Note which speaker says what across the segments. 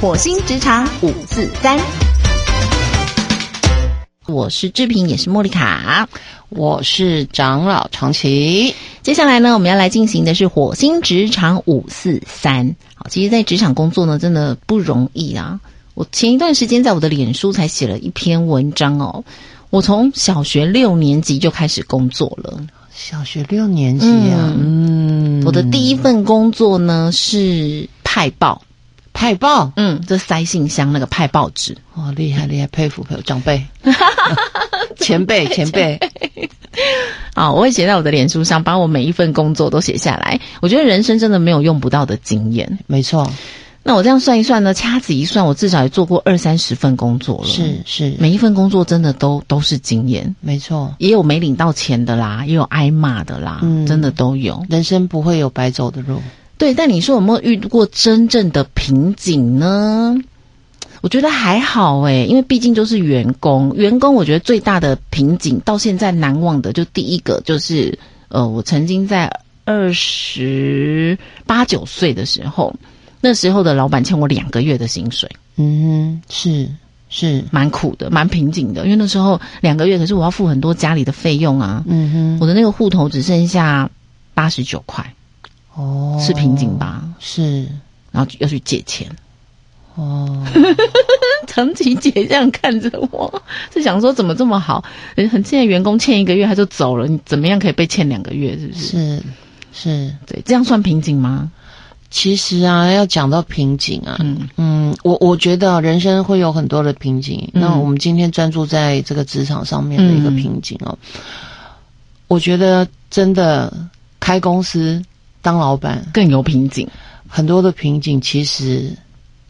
Speaker 1: 火星职场五四三。我是志平，也是莫莉卡。
Speaker 2: 我是长老长崎。
Speaker 1: 接下来呢，我们要来进行的是火星职场五四三。好，其实，在职场工作呢，真的不容易啊。我前一段时间在我的脸书才写了一篇文章哦。我从小学六年级就开始工作了。
Speaker 2: 小学六年级啊，嗯，
Speaker 1: 我的第一份工作呢是派报，
Speaker 2: 派报，
Speaker 1: 嗯，就塞信箱那个派报纸。
Speaker 2: 哇、厉害厉害，佩服佩服，长 辈，前辈前辈，
Speaker 1: 啊，我会写在我的脸书上，把我每一份工作都写下来。我觉得人生真的没有用不到的经验。
Speaker 2: 没错，
Speaker 1: 那我这样算一算呢，掐指一算，我至少也做过二三十份工作了。
Speaker 2: 是，是，
Speaker 1: 每一份工作真的都都是经验，
Speaker 2: 嗯没错，
Speaker 1: 也有没领到钱的啦，也有挨骂的啦，
Speaker 2: 嗯
Speaker 1: 真的都有。
Speaker 2: 人生不会有白走的路。
Speaker 1: 对，但你说有没有遇过真正的瓶颈呢？我觉得还好诶、因为毕竟就是员工，员工我觉得最大的瓶颈到现在难忘的，就第一个就是呃，我曾经在二十八九岁的时候，那时候的老板欠我两个月的薪水，
Speaker 2: 嗯哼，是是，
Speaker 1: 蛮苦的，蛮瓶颈的，因为那时候两个月，可是我要付很多家里的费用啊，
Speaker 2: 嗯
Speaker 1: 我的那个户头只剩下八十九块，
Speaker 2: 哼，哦，
Speaker 1: 是瓶颈？吧？
Speaker 2: 是
Speaker 1: 然后要去借钱。
Speaker 2: 哦，
Speaker 1: 长崎姐这样看着我，是想说怎么这么好？人很现在员工欠一个月他就走了，你怎么样可以被欠两个月？是不是？
Speaker 2: 是是，
Speaker 1: 对，这样算瓶颈吗？
Speaker 2: 其实啊，要讲到瓶颈啊，
Speaker 1: 嗯
Speaker 2: 嗯，我我觉得人生会有很多的瓶颈。
Speaker 1: 嗯
Speaker 2: 那我们今天专注在这个职场上面的一个瓶颈哦，我觉得真的开公司当老板，
Speaker 1: 更有瓶颈。
Speaker 2: 很多的瓶颈其实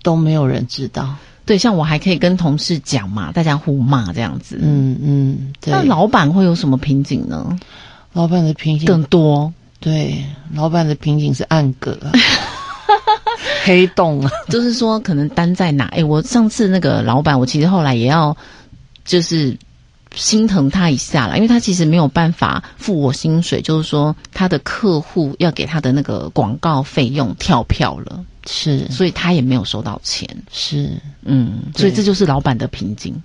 Speaker 2: 都没有人知道。
Speaker 1: 对，像我还可以跟同事讲嘛，大家互骂这样子。
Speaker 2: 嗯嗯，对，
Speaker 1: 那老板会有什么瓶颈呢？
Speaker 2: 老板的瓶颈
Speaker 1: 更多，
Speaker 2: 对，老板的瓶颈是暗格、 啊，黑洞啊，
Speaker 1: 就是说可能担在哪？哎，我上次那个老板，我其实后来也要就是心疼他一下啦，因为他其实没有办法付我薪水，就是说他的客户要给他的那个广告费用跳票了，
Speaker 2: 是
Speaker 1: 所以他也没有收到钱。
Speaker 2: 是，
Speaker 1: 嗯，
Speaker 2: 对
Speaker 1: 所以这就是老板的瓶颈。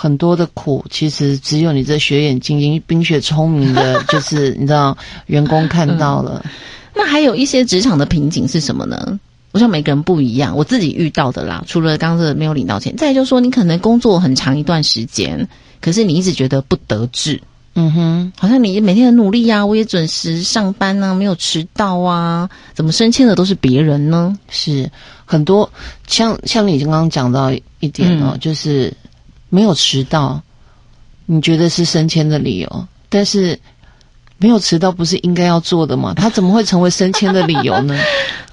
Speaker 2: 很多的苦，其实只有你这学眼精英、冰雪聪明的，就是你知道，员工看到了。
Speaker 1: 那还有一些职场的瓶颈是什么呢？我想每个人不一样，我自己遇到的啦。除了刚刚这没有领到钱，再来就是说你可能工作很长一段时间，可是你一直觉得不得志，
Speaker 2: 嗯哼，
Speaker 1: 好像你每天很努力啊，我也准时上班啊，没有迟到啊，怎么升迁的都是别人呢？
Speaker 2: 是很多像像你刚刚讲到一点哦，就是没有迟到，你觉得是升迁的理由，但是没有迟到不是应该要做的吗？他怎么会成为升迁的理由呢？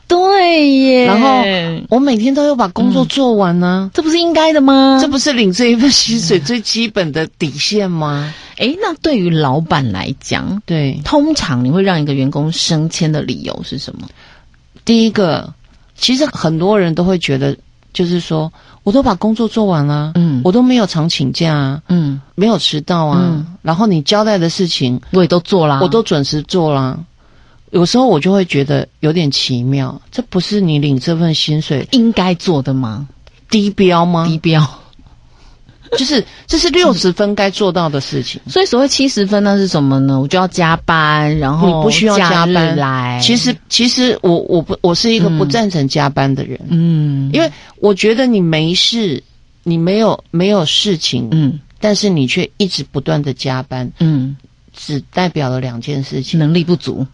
Speaker 1: 对耶然
Speaker 2: 然
Speaker 1: 后
Speaker 2: 后我每天都要把工作做完呢、
Speaker 1: 这不是应该的吗？
Speaker 2: 这不是领这一份薪水最基本的底线吗？
Speaker 1: 诶，那对于老板来讲，
Speaker 2: 对，
Speaker 1: 通常你会让一个员工升迁的理由是什么？
Speaker 2: 第一个，其实很多人都会觉得，就是说，我都把工作做完了，
Speaker 1: 嗯
Speaker 2: 我都没有常请假啊，
Speaker 1: 嗯，
Speaker 2: 没有迟到啊，
Speaker 1: 嗯啊
Speaker 2: 然后你交代的事情
Speaker 1: 我也都做啦，
Speaker 2: 我都准时做啦。有时候我就会觉得有点奇妙，这不是你领这份薪水
Speaker 1: 应该做的吗？
Speaker 2: 低标吗
Speaker 1: 低？标，
Speaker 2: 就是这是六十分该做到的事情。
Speaker 1: 所以所谓七十分那是什么呢？我就要加班，然后
Speaker 2: 你不需要加
Speaker 1: 哦假日
Speaker 2: 班
Speaker 1: 来。
Speaker 2: 其，实，其实我我不我是一个不
Speaker 1: 嗯
Speaker 2: 赞成加班的人，
Speaker 1: 嗯，
Speaker 2: 因为我觉得你没事，你没有没有事情，
Speaker 1: 嗯
Speaker 2: 但是你却一直不断的加班，
Speaker 1: 嗯，
Speaker 2: 只代表了两件事情，
Speaker 1: 能力不足，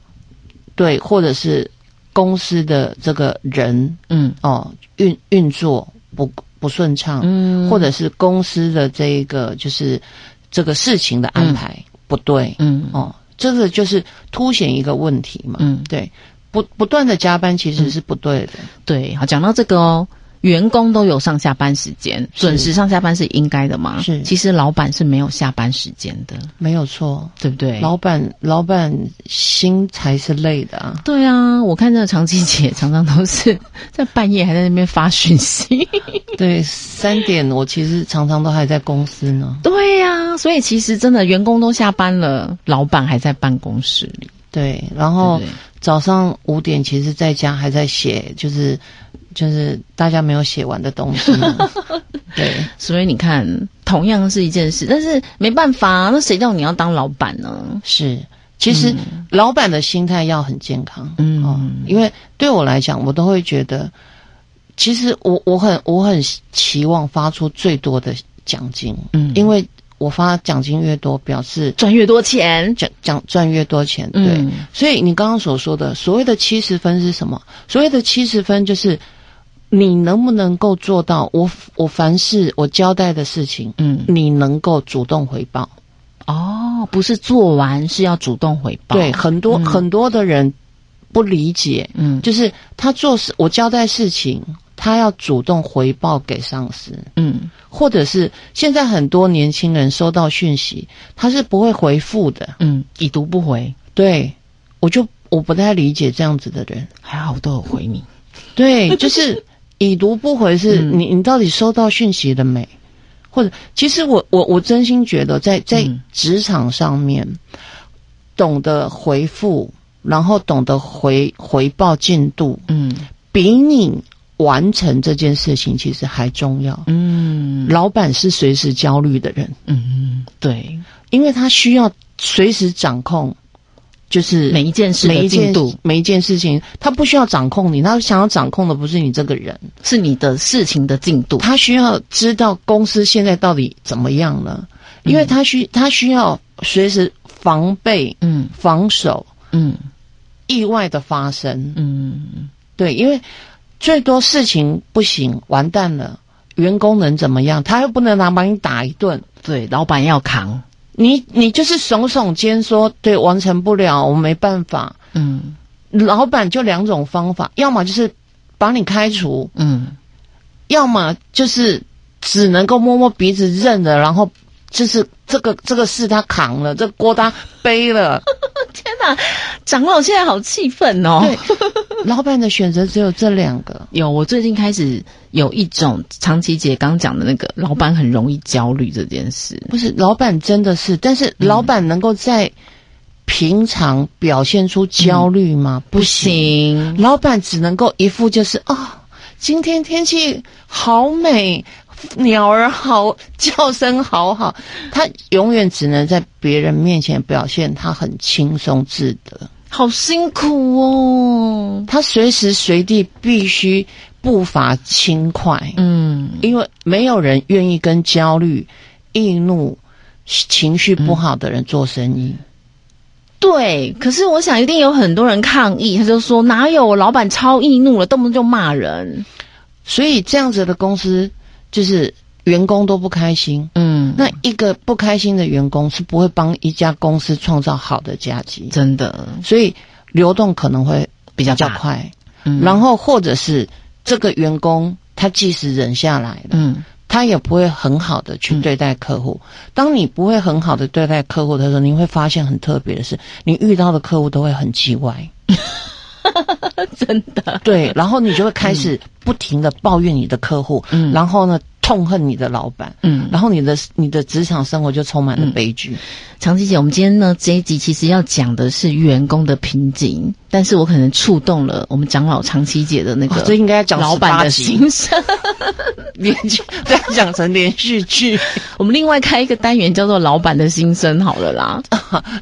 Speaker 2: 对，或者是公司的这个人
Speaker 1: 嗯
Speaker 2: 哦运运作不不顺畅，
Speaker 1: 嗯，
Speaker 2: 或者是公司的这一个就是这个事情的安排、不对
Speaker 1: 嗯
Speaker 2: 哦，这个就是凸显一个问题嘛，
Speaker 1: 嗯。
Speaker 2: 对，不不断的加班其实是不对的，
Speaker 1: 对，好，讲到这个哦，员工都有上下班时间，准时上下班是应该的嘛？
Speaker 2: 是
Speaker 1: 其实老板是没有下班时间的，
Speaker 2: 没有错，
Speaker 1: 对不对？
Speaker 2: 老板老板心才是累的 啊。
Speaker 1: 对啊，我看这个长期姐常常都是 在半夜还在那边发讯息。
Speaker 2: 对，三点我其实常常都还在公司呢。
Speaker 1: 啊对呀、所以其实真的员工都下班了，老板还在办公室里。
Speaker 2: 对，然后
Speaker 1: 对不对
Speaker 2: 早上五点其实在家还在写，就是就是大家没有写完的东西。 对，
Speaker 1: 所以你看，同样是一件事，但是没办法、啊那谁叫你要当老板呢？
Speaker 2: 是，其实老板的心态要很健康。
Speaker 1: 嗯
Speaker 2: 哦，因为对我来讲，我都会觉得，其实我我很我很期望发出最多的奖金，
Speaker 1: 嗯
Speaker 2: 因为我发奖金越多，表示
Speaker 1: 赚越多钱，
Speaker 2: 奖奖赚越多钱。对，
Speaker 1: 嗯
Speaker 2: 所以你刚刚所说的所谓的七十分是什么？所谓的七十分就是你能不能够做到我我凡是我交代的事情，
Speaker 1: 嗯，
Speaker 2: 你能够主动回报。
Speaker 1: 哦，不是做完是要主动回报，
Speaker 2: 对，，很多、
Speaker 1: 嗯
Speaker 2: 很多的人不理解，
Speaker 1: 嗯
Speaker 2: 就是他做事我交代事情，他要主动回报给上司。
Speaker 1: 嗯
Speaker 2: 或者是现在很多年轻人收到讯息，他是不会回复的。
Speaker 1: 嗯，已读不回，
Speaker 2: 对，我就我不太理解这样子的人。
Speaker 1: 还好都有回你，
Speaker 2: 对，就是已读不回是，
Speaker 1: 嗯
Speaker 2: 你你到底收到讯息了没？或者，其实我我我真心觉得在，在
Speaker 1: 嗯
Speaker 2: 职场上面，懂得回复，然后懂得回回报进度，
Speaker 1: 嗯
Speaker 2: 比你完成这件事情其实还重要。
Speaker 1: 嗯
Speaker 2: 老板是随时焦虑的人，
Speaker 1: 嗯，对，
Speaker 2: 因为他需要随时掌控，就是
Speaker 1: 每一件事
Speaker 2: 每
Speaker 1: 的
Speaker 2: 一
Speaker 1: 进
Speaker 2: 件
Speaker 1: 度
Speaker 2: 每一件事情，他不需要掌控你，他想要掌控的不是你这个人。
Speaker 1: 是你的事情的进度，
Speaker 2: 他需要知道公司现在到底怎么样了，因为他需他需要随时防备、
Speaker 1: 嗯
Speaker 2: 防守
Speaker 1: 嗯
Speaker 2: 意外的发生。
Speaker 1: 嗯
Speaker 2: 对，因为最多事情不行，完蛋了，员工能怎么样？他又不能拿把你打一顿。
Speaker 1: 对，老板要扛，
Speaker 2: 你你就是耸耸肩说，对，完成不了，我没办法。
Speaker 1: 嗯
Speaker 2: 老板就两种方法，要么就是把你开除，
Speaker 1: 嗯
Speaker 2: 要么就是只能够摸摸鼻子认了，然后就是这个这个事他扛了，这锅他背 了。
Speaker 1: 天哪，长老现在好气愤哦
Speaker 2: 对，老板的选择只有这两个。
Speaker 1: 有，我最近开始有一种长期姐刚讲的那个，老板很容易焦虑这件事。
Speaker 2: 不是，老板真的是，但是老板能够在平常表现出焦虑吗？嗯不行，
Speaker 1: 行，
Speaker 2: 老板只能够一副就是啊、今天天气好美，鸟儿好，叫声好好。他永远只能在别人面前表现他很轻松自得。
Speaker 1: 好辛苦哦。
Speaker 2: 他随时随地必须步伐轻快，
Speaker 1: 嗯
Speaker 2: 因为没有人愿意跟焦虑、易怒、情绪不好的人做生意。，
Speaker 1: 对。可是我想，一定有很多人抗议，他就说哪有我老板超易怒了，动不动就骂人。
Speaker 2: 所以这样子的公司，就是员工都不开心。
Speaker 1: 嗯，
Speaker 2: 那一个不开心的员工是不会帮一家公司创造好的价值，
Speaker 1: 真的
Speaker 2: 所以流动可能会
Speaker 1: 比较
Speaker 2: 比较
Speaker 1: 大。
Speaker 2: 快。
Speaker 1: 嗯
Speaker 2: 然后或者是这个员工他即使忍下来了，
Speaker 1: 嗯
Speaker 2: 他也不会很好的去对待客户。当你不会很好的对待客户的时候，你会发现很特别的是，你遇到的客户都会很叽歪。
Speaker 1: 真的
Speaker 2: 对，然后你就会开始不停的抱怨你的客户，
Speaker 1: 嗯
Speaker 2: 然后呢痛恨你的老板，
Speaker 1: 嗯
Speaker 2: 然后你的你的职场生活就充满了悲剧。
Speaker 1: 长期姐，我们今天呢这一集其实要讲的是员工的瓶颈，但是我可能触动了我们长老长期姐的那
Speaker 2: 哦
Speaker 1: 个
Speaker 2: 这应该讲
Speaker 1: 老板的
Speaker 2: 18集
Speaker 1: 心声。
Speaker 2: 连续，这样讲成连续 剧，
Speaker 1: 我们另外开一个单元叫做“老板的心声”好了啦，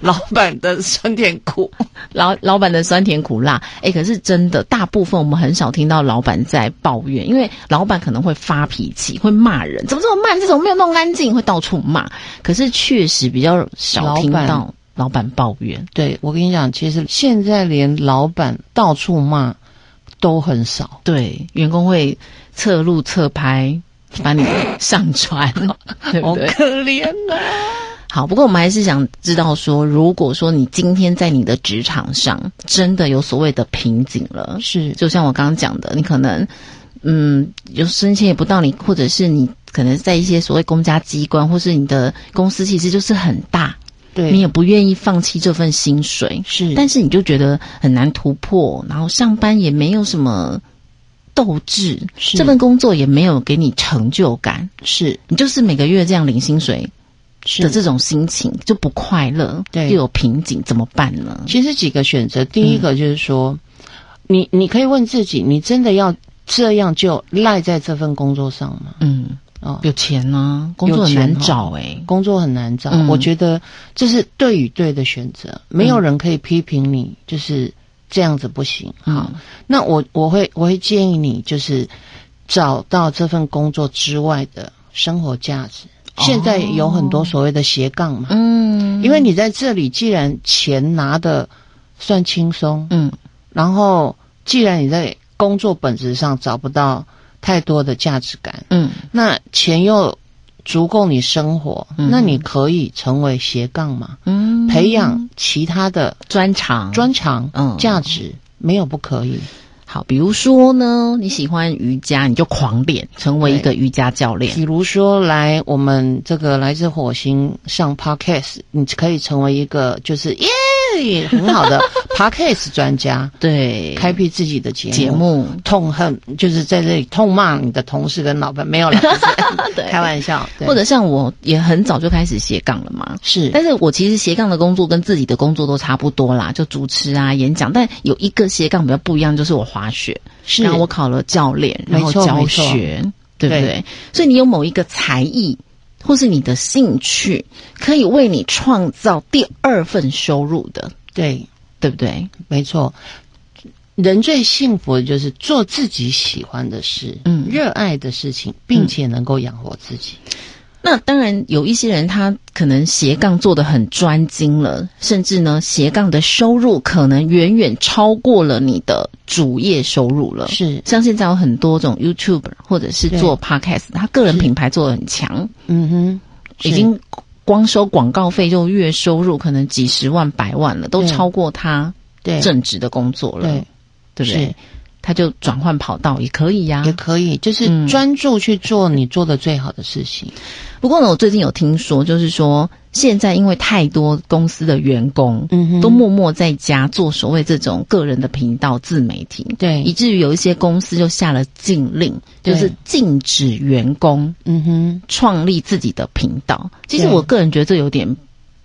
Speaker 2: 老板的酸甜苦。
Speaker 1: 老老板的酸甜苦辣。哎，可是真的，大部分我们很少听到老板在抱怨，因为老板可能会发脾气，会骂人，怎么这么慢，这怎么没有弄干净，会到处骂。可是确实比较少听
Speaker 2: 老
Speaker 1: 到
Speaker 2: 板
Speaker 1: 老板抱怨。
Speaker 2: 对我跟你讲，其实现在连老板到处骂都很少。
Speaker 1: 对，员工会侧录侧拍，把你 上 传，对不
Speaker 2: 好
Speaker 1: 对？
Speaker 2: 可怜啊！
Speaker 1: 好，不过我们还是想知道说，如果说你今天在你的职场上真的有所谓的瓶颈了，
Speaker 2: 是
Speaker 1: 就像我刚刚讲的，你可能嗯有升迁也不到你，或者是你可能在一些所谓公家机关，或是你的公司其实就是很大，
Speaker 2: 对，
Speaker 1: 你也不愿意放弃这份薪水，
Speaker 2: 是，
Speaker 1: 但是你就觉得很难突破，然后上班也没有什么斗志，
Speaker 2: 是
Speaker 1: 这份工作也没有给你成就感，
Speaker 2: 是
Speaker 1: 你就是每个月这样领薪水。的
Speaker 2: 是
Speaker 1: 这种心情，就不快乐，
Speaker 2: 对
Speaker 1: 又有瓶颈，怎么办呢？
Speaker 2: 其实几个选择，第一
Speaker 1: 嗯
Speaker 2: 个就是说，你你可以问自己，你真的要这样就赖在这份工作上吗？
Speaker 1: 嗯，
Speaker 2: 哦，
Speaker 1: 有钱呢、工作很难找哎、
Speaker 2: 工作很难找，
Speaker 1: 嗯
Speaker 2: 我觉得这是对与对的选择，没有人可以批评你，就是这样子不行。
Speaker 1: 嗯
Speaker 2: 好，那我我会我会建议你，就是找到这份工作之外的生活价值。现在有很多所谓的斜杠嘛，
Speaker 1: 哦嗯
Speaker 2: 因为你在这里，既然钱拿的算轻松，
Speaker 1: 嗯
Speaker 2: 然后既然你在工作本质上找不到太多的价值感，
Speaker 1: 嗯
Speaker 2: 那钱又足够你生活，
Speaker 1: 嗯
Speaker 2: 那你可以成为斜杠嘛，
Speaker 1: 嗯，
Speaker 2: 培养其他的
Speaker 1: 专长
Speaker 2: 专长、
Speaker 1: 嗯
Speaker 2: 价值，没有不可以。
Speaker 1: 好，比如说呢，你喜欢瑜伽，你就狂练，成为一个瑜伽教练。
Speaker 2: 比如说，来我们这个来自火星上 podcast，你可以成为一个就是耶很好的 podcast 专家，
Speaker 1: 对，
Speaker 2: 开辟自己的节目。
Speaker 1: 节目
Speaker 2: 痛恨就是在这里痛骂你的同事跟老板，没有了，不 是
Speaker 1: 对
Speaker 2: 开玩笑，啊对
Speaker 1: 或者像我也很早就开始斜杠了嘛。
Speaker 2: 是
Speaker 1: 但是我其实斜杠的工作跟自己的工作都差不多啦，就主持啊、演讲。但有一个斜杠比较不一样，就是我滑雪，
Speaker 2: 是
Speaker 1: 然后我考了教练，
Speaker 2: 没
Speaker 1: 然后
Speaker 2: 错
Speaker 1: 教
Speaker 2: 没错
Speaker 1: 学，对不对？
Speaker 2: 对
Speaker 1: 所以你有某一个才艺或是你的兴趣，可以为你创造第二份收入的，
Speaker 2: 对，
Speaker 1: 对不对？
Speaker 2: 没错。人最幸福的就是做自己喜欢的事，
Speaker 1: 嗯
Speaker 2: 热爱的事情，并且能够养活自己。
Speaker 1: 那当然，有一些人他可能斜杠做的很专精了，甚至呢，斜杠的收入可能远远超过了你的主业收入了。
Speaker 2: 是，
Speaker 1: 像现在有很多种 YouTube 或者是做 Podcast，他个人品牌做的很强，
Speaker 2: 嗯哼，
Speaker 1: 已经光收广告费就月收入可能几十万、百万了，都
Speaker 2: 对
Speaker 1: 超过他
Speaker 2: 对
Speaker 1: 正职的工作了，
Speaker 2: 对啊
Speaker 1: 对不对
Speaker 2: 是？
Speaker 1: 他就转换跑道也可以呀、
Speaker 2: 也可以，就是专注去做你做的最好的事情。
Speaker 1: 不过呢，我最近有听说，就是说现在因为太多公司的员工，
Speaker 2: 嗯哼
Speaker 1: 都默默在家做所谓这种个人的频道自媒体，以
Speaker 2: 对，
Speaker 1: 至于有一些公司就下了禁令，就
Speaker 2: 对
Speaker 1: 是禁止员工
Speaker 2: 嗯哼，
Speaker 1: 创立自己的频道。其实
Speaker 2: 对
Speaker 1: 我个人觉得这有点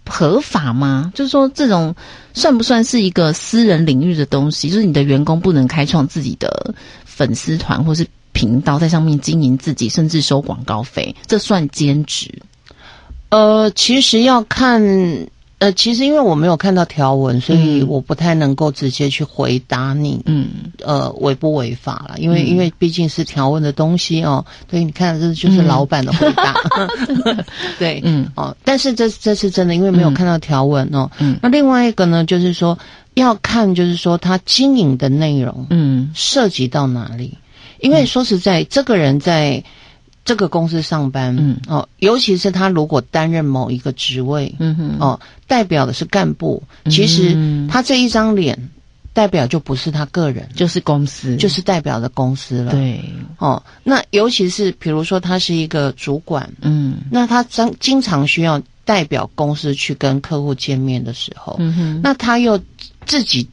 Speaker 1: 合法吗？就是说这种算不算是一个私人领域的东西？就是你的员工不能开创自己的粉丝团或是频道，在上面经营自己，甚至收广告费，这算兼职？
Speaker 2: 呃，其实要看，呃，其实因为我没有看到条文，所以我不太能够直接去回答你
Speaker 1: 嗯
Speaker 2: 呃违不违法了，因为、因为毕竟是条文的东西哦。对，你看这就是老板的回 答， 对，
Speaker 1: 嗯
Speaker 2: 哦，但是这这是真的，因为没有看到条文哦。
Speaker 1: 嗯
Speaker 2: 那另外一个呢，就是说要看，就是说他经营的内容
Speaker 1: 嗯
Speaker 2: 涉及到哪里，因为说实在，这个人在。这个公司上班，
Speaker 1: 嗯
Speaker 2: 哦，尤其是他如果担任某一个职位，
Speaker 1: 嗯哼
Speaker 2: 哦，代表的是干部，其
Speaker 1: 嗯
Speaker 2: 实他这一张脸代表就不是他个人，
Speaker 1: 就是公司，
Speaker 2: 就是代表的公司了。，
Speaker 1: 对，
Speaker 2: 哦，那尤其是比如说他是一个主管，
Speaker 1: 嗯
Speaker 2: 那他经经常需要代表公司去跟客户见面的时候，
Speaker 1: 嗯哼，
Speaker 2: 哦那他又自己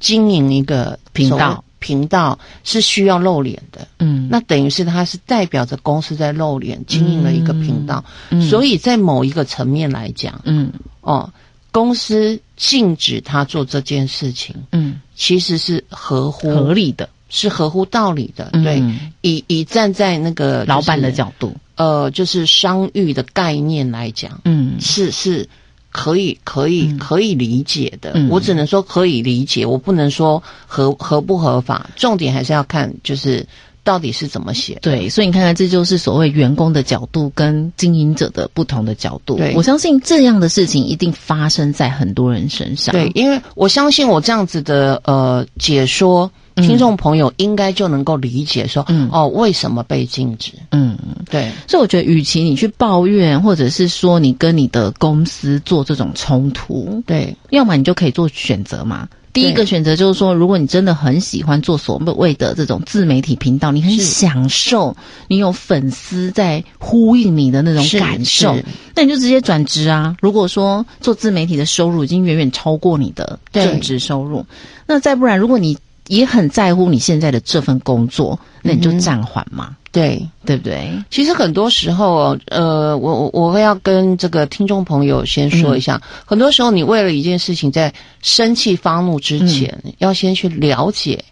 Speaker 2: 经营一个
Speaker 1: 频
Speaker 2: 所谓
Speaker 1: 道，
Speaker 2: 频道是需要露脸的，
Speaker 1: 嗯
Speaker 2: 那等于是他是代表着公司在露脸，经营了一个频道，
Speaker 1: 嗯
Speaker 2: 所以在某一个层面来讲，
Speaker 1: 嗯
Speaker 2: 哦，公司禁止他做这件事情，
Speaker 1: 嗯
Speaker 2: 其实是合乎
Speaker 1: 合理的，
Speaker 2: 是合乎道理的，
Speaker 1: 嗯
Speaker 2: 对，以以站在那个、
Speaker 1: 老板的
Speaker 2: 角，
Speaker 1: 角度，
Speaker 2: 呃，就是商誉的概念来讲，
Speaker 1: 嗯
Speaker 2: 是是可以可以、可以理解的。
Speaker 1: 嗯
Speaker 2: 我只能说可以理解，我不能说合合不合法。重点还是要看就是到底是怎么写。
Speaker 1: 对，所以你看看，这就是所谓员工的角度跟经营者的不同的角度。
Speaker 2: 对
Speaker 1: 我相信这样的事情一定发生在很多人身上。
Speaker 2: 对，，因为我相信我这样子的呃解说，听众朋友应该就能够理解说，
Speaker 1: 嗯
Speaker 2: 哦，为什么被禁止？
Speaker 1: 嗯，
Speaker 2: 对，
Speaker 1: 所以我觉得，与其你去抱怨，或者是说你跟你的公司做这种冲突，
Speaker 2: 对，
Speaker 1: 要么你就可以做选择嘛。第一个选择就是说，如果你真的很喜欢做所谓的这种自媒体频道，你很
Speaker 2: 是
Speaker 1: 享受，你有粉丝在呼应你的那种
Speaker 2: 是
Speaker 1: 感受
Speaker 2: 是，
Speaker 1: 那你就直接转职啊。如果说做自媒体的收入已经远远超过你的
Speaker 2: 对
Speaker 1: 正职收入，嗯那再不然，如果你也很在乎你现在的这份工作，那你就暂缓嘛。
Speaker 2: 对，
Speaker 1: 对不对？
Speaker 2: 其实很多时候哦，呃，我我我会要跟这个听众朋友先说一下，
Speaker 1: 嗯
Speaker 2: 很多时候你为了一件事情在生气发怒之前，
Speaker 1: 嗯
Speaker 2: 要先去了解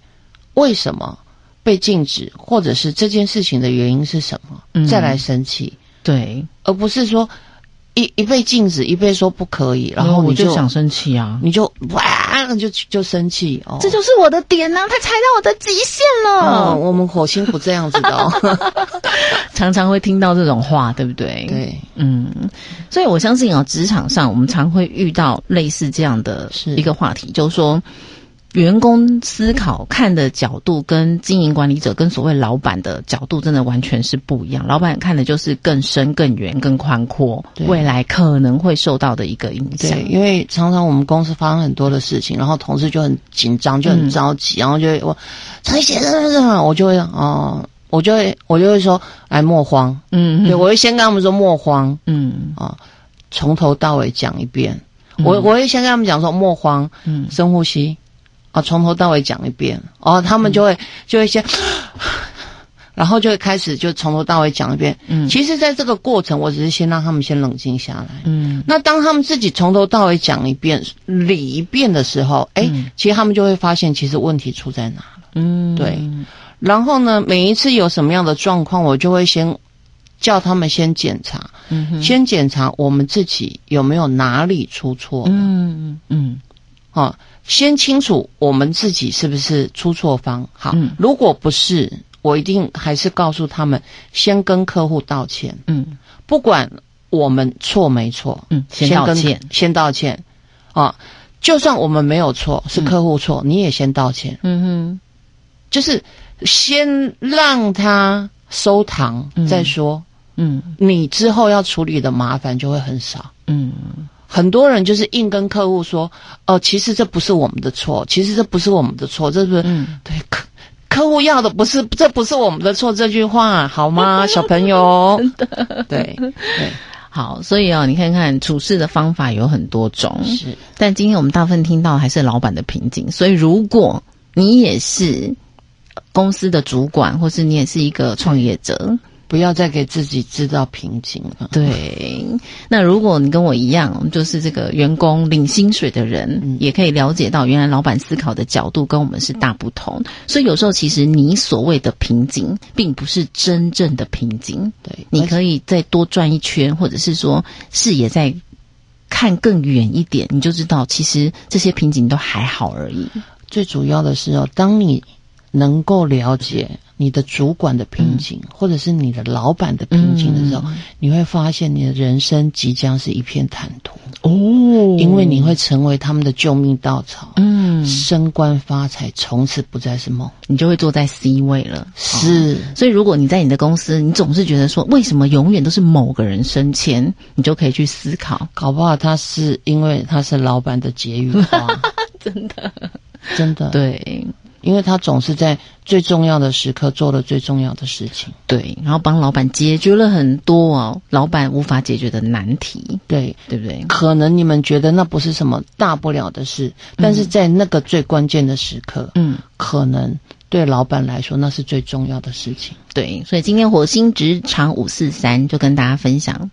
Speaker 2: 为什么被禁止，或者是这件事情的原因是什么，
Speaker 1: 嗯
Speaker 2: 再来生气，
Speaker 1: 对，
Speaker 2: 而不是说一一被禁止，一被说不可以，
Speaker 1: 然
Speaker 2: 然
Speaker 1: 后
Speaker 2: 后
Speaker 1: 哦我
Speaker 2: 你就
Speaker 1: 就想生气啊，
Speaker 2: 你就哇就就生气哦，
Speaker 1: 这就是我的点呐、啊，他踩到我的极限
Speaker 2: 哦，
Speaker 1: 了。
Speaker 2: 我们火星不这样子的、哦，
Speaker 1: 常常会听到这种话，对不对？，
Speaker 2: 对，
Speaker 1: 嗯，所以我相信啊、职场上我们常会遇到类似这样的
Speaker 2: 是
Speaker 1: 一个话题，就是说。员工思考看的角度跟经营管理者跟所谓老板的角度真的完全是不一样。老板看的就是更深、更远、更宽阔，
Speaker 2: 对
Speaker 1: 未来可能会受到的一个影响
Speaker 2: 对，。因为常常我们公司发生很多的事情，然后同事就很紧张，就很着
Speaker 1: 嗯
Speaker 2: 急，然后就会我陈先生，我就会哦，我就会我就会说，哎，莫慌，
Speaker 1: 嗯
Speaker 2: 对我会先跟他们说莫慌，
Speaker 1: 嗯
Speaker 2: 从头到尾讲一遍，我我会先跟他们讲说莫慌，
Speaker 1: 嗯，
Speaker 2: 深呼吸，啊，从头到尾讲一遍，哦，他们就
Speaker 1: 嗯
Speaker 2: 会就会先。 然后就会开始就从头到尾讲一遍。
Speaker 1: 嗯
Speaker 2: 其实，在这个过程，我只是先让他们先冷静下来。
Speaker 1: 嗯
Speaker 2: 那当他们自己从头到尾讲一遍、理一遍的时候，哎、
Speaker 1: 嗯
Speaker 2: 其实他们就会发现其实问题出在哪。
Speaker 1: 嗯，
Speaker 2: 对然后呢，每一次有什么样的状况，我就会先叫他们先检查，
Speaker 1: 嗯哼，
Speaker 2: 先检查我们自己有没有哪里出错，
Speaker 1: 嗯嗯
Speaker 2: 哦，先清楚我们自己是不是出错方。好，
Speaker 1: 嗯
Speaker 2: 如果不是，我一定还是告诉他们，先跟客户道歉，
Speaker 1: 嗯
Speaker 2: 不管我们错没错。
Speaker 1: 嗯，先道
Speaker 2: 跟
Speaker 1: 歉。，
Speaker 2: 先道歉啊！就算我们没有错，是客户错，你也先道歉，
Speaker 1: 嗯
Speaker 2: 就是先让他收堂、
Speaker 1: 嗯
Speaker 2: 再说，
Speaker 1: 哼，嗯
Speaker 2: 你之后要处理的麻烦就会很少。
Speaker 1: 嗯
Speaker 2: 很多人就是硬跟客户说：“哦、其实这不是我们的错，其实这不是我们的错，这不是、
Speaker 1: 嗯，
Speaker 2: 对客客户要的不是这不是我们的错。”这句话好吗，小 朋友？对对
Speaker 1: 好，所以啊，你看看处事的方法有很多种，
Speaker 2: 是，
Speaker 1: 但今天我们大部分听到还是老板的瓶颈。所以，如果你也是公司的主管，或是你也是一个创业者，
Speaker 2: 不要再给自己制造瓶颈了。
Speaker 1: 对，那如果你跟我一样，就是这个员工领薪水的人，也可以了解到，原来老板思考的角度跟我们是大不同。所以有时候其实你所谓的瓶颈，并不是真正的瓶颈。
Speaker 2: 对，
Speaker 1: 你
Speaker 2: 而
Speaker 1: 可以再多转一圈，或者是说视野再看更远一点，你就知道其实这些瓶颈都还好而已。
Speaker 2: 最主要的是哦，当你能够了解你的主管的瓶颈，或者是你的老板的瓶颈的时
Speaker 1: 嗯
Speaker 2: 候，你会发现你的人生即将是一片坦途，
Speaker 1: 哦，
Speaker 2: 因为你会成为他们的救命稻草，
Speaker 1: 嗯，哦
Speaker 2: 升官发财，从此不再是梦。
Speaker 1: 你就会坐在 C 位了。
Speaker 2: 是，
Speaker 1: 所以，如果你在你的公司，你总是觉得说，为什么永远都是某个人升迁，你就可以去思 考。
Speaker 2: 搞不好他是因为他是老板的结语花， 真的，真的，
Speaker 1: 对
Speaker 2: 因为他总是在最重要的时刻做了最重要的事情。
Speaker 1: 对，然后帮老板解决了很多哦，老板无法解决的难题，
Speaker 2: 对，
Speaker 1: 对不对？
Speaker 2: 可能你们觉得那不是什么大不了的事，但是在那个最关键的时刻，
Speaker 1: 嗯，
Speaker 2: 可能对老板来说那是最重要的事情。
Speaker 1: 对，所以今天火星职场五四三就跟大家分享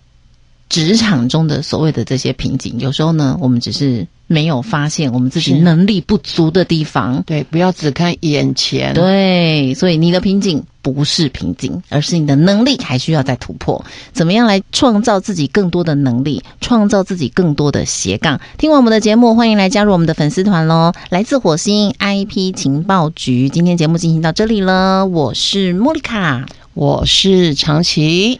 Speaker 1: 职场中的所谓的这些瓶颈。有时候呢，我们只是没有发现我们自己
Speaker 2: 是
Speaker 1: 能力不足的地方。
Speaker 2: 对，不要只看眼前。
Speaker 1: 对，所以你的瓶颈不是瓶颈，而是你的能力还需要再突破。怎么样来创造自己更多的能力，创造自己更多的斜杠？听完我们的节目，欢迎来加入我们的粉丝团喽！来自火星 IP 情报局，今天节目进行到这里了，我是莫妮卡。
Speaker 2: 我是长崎，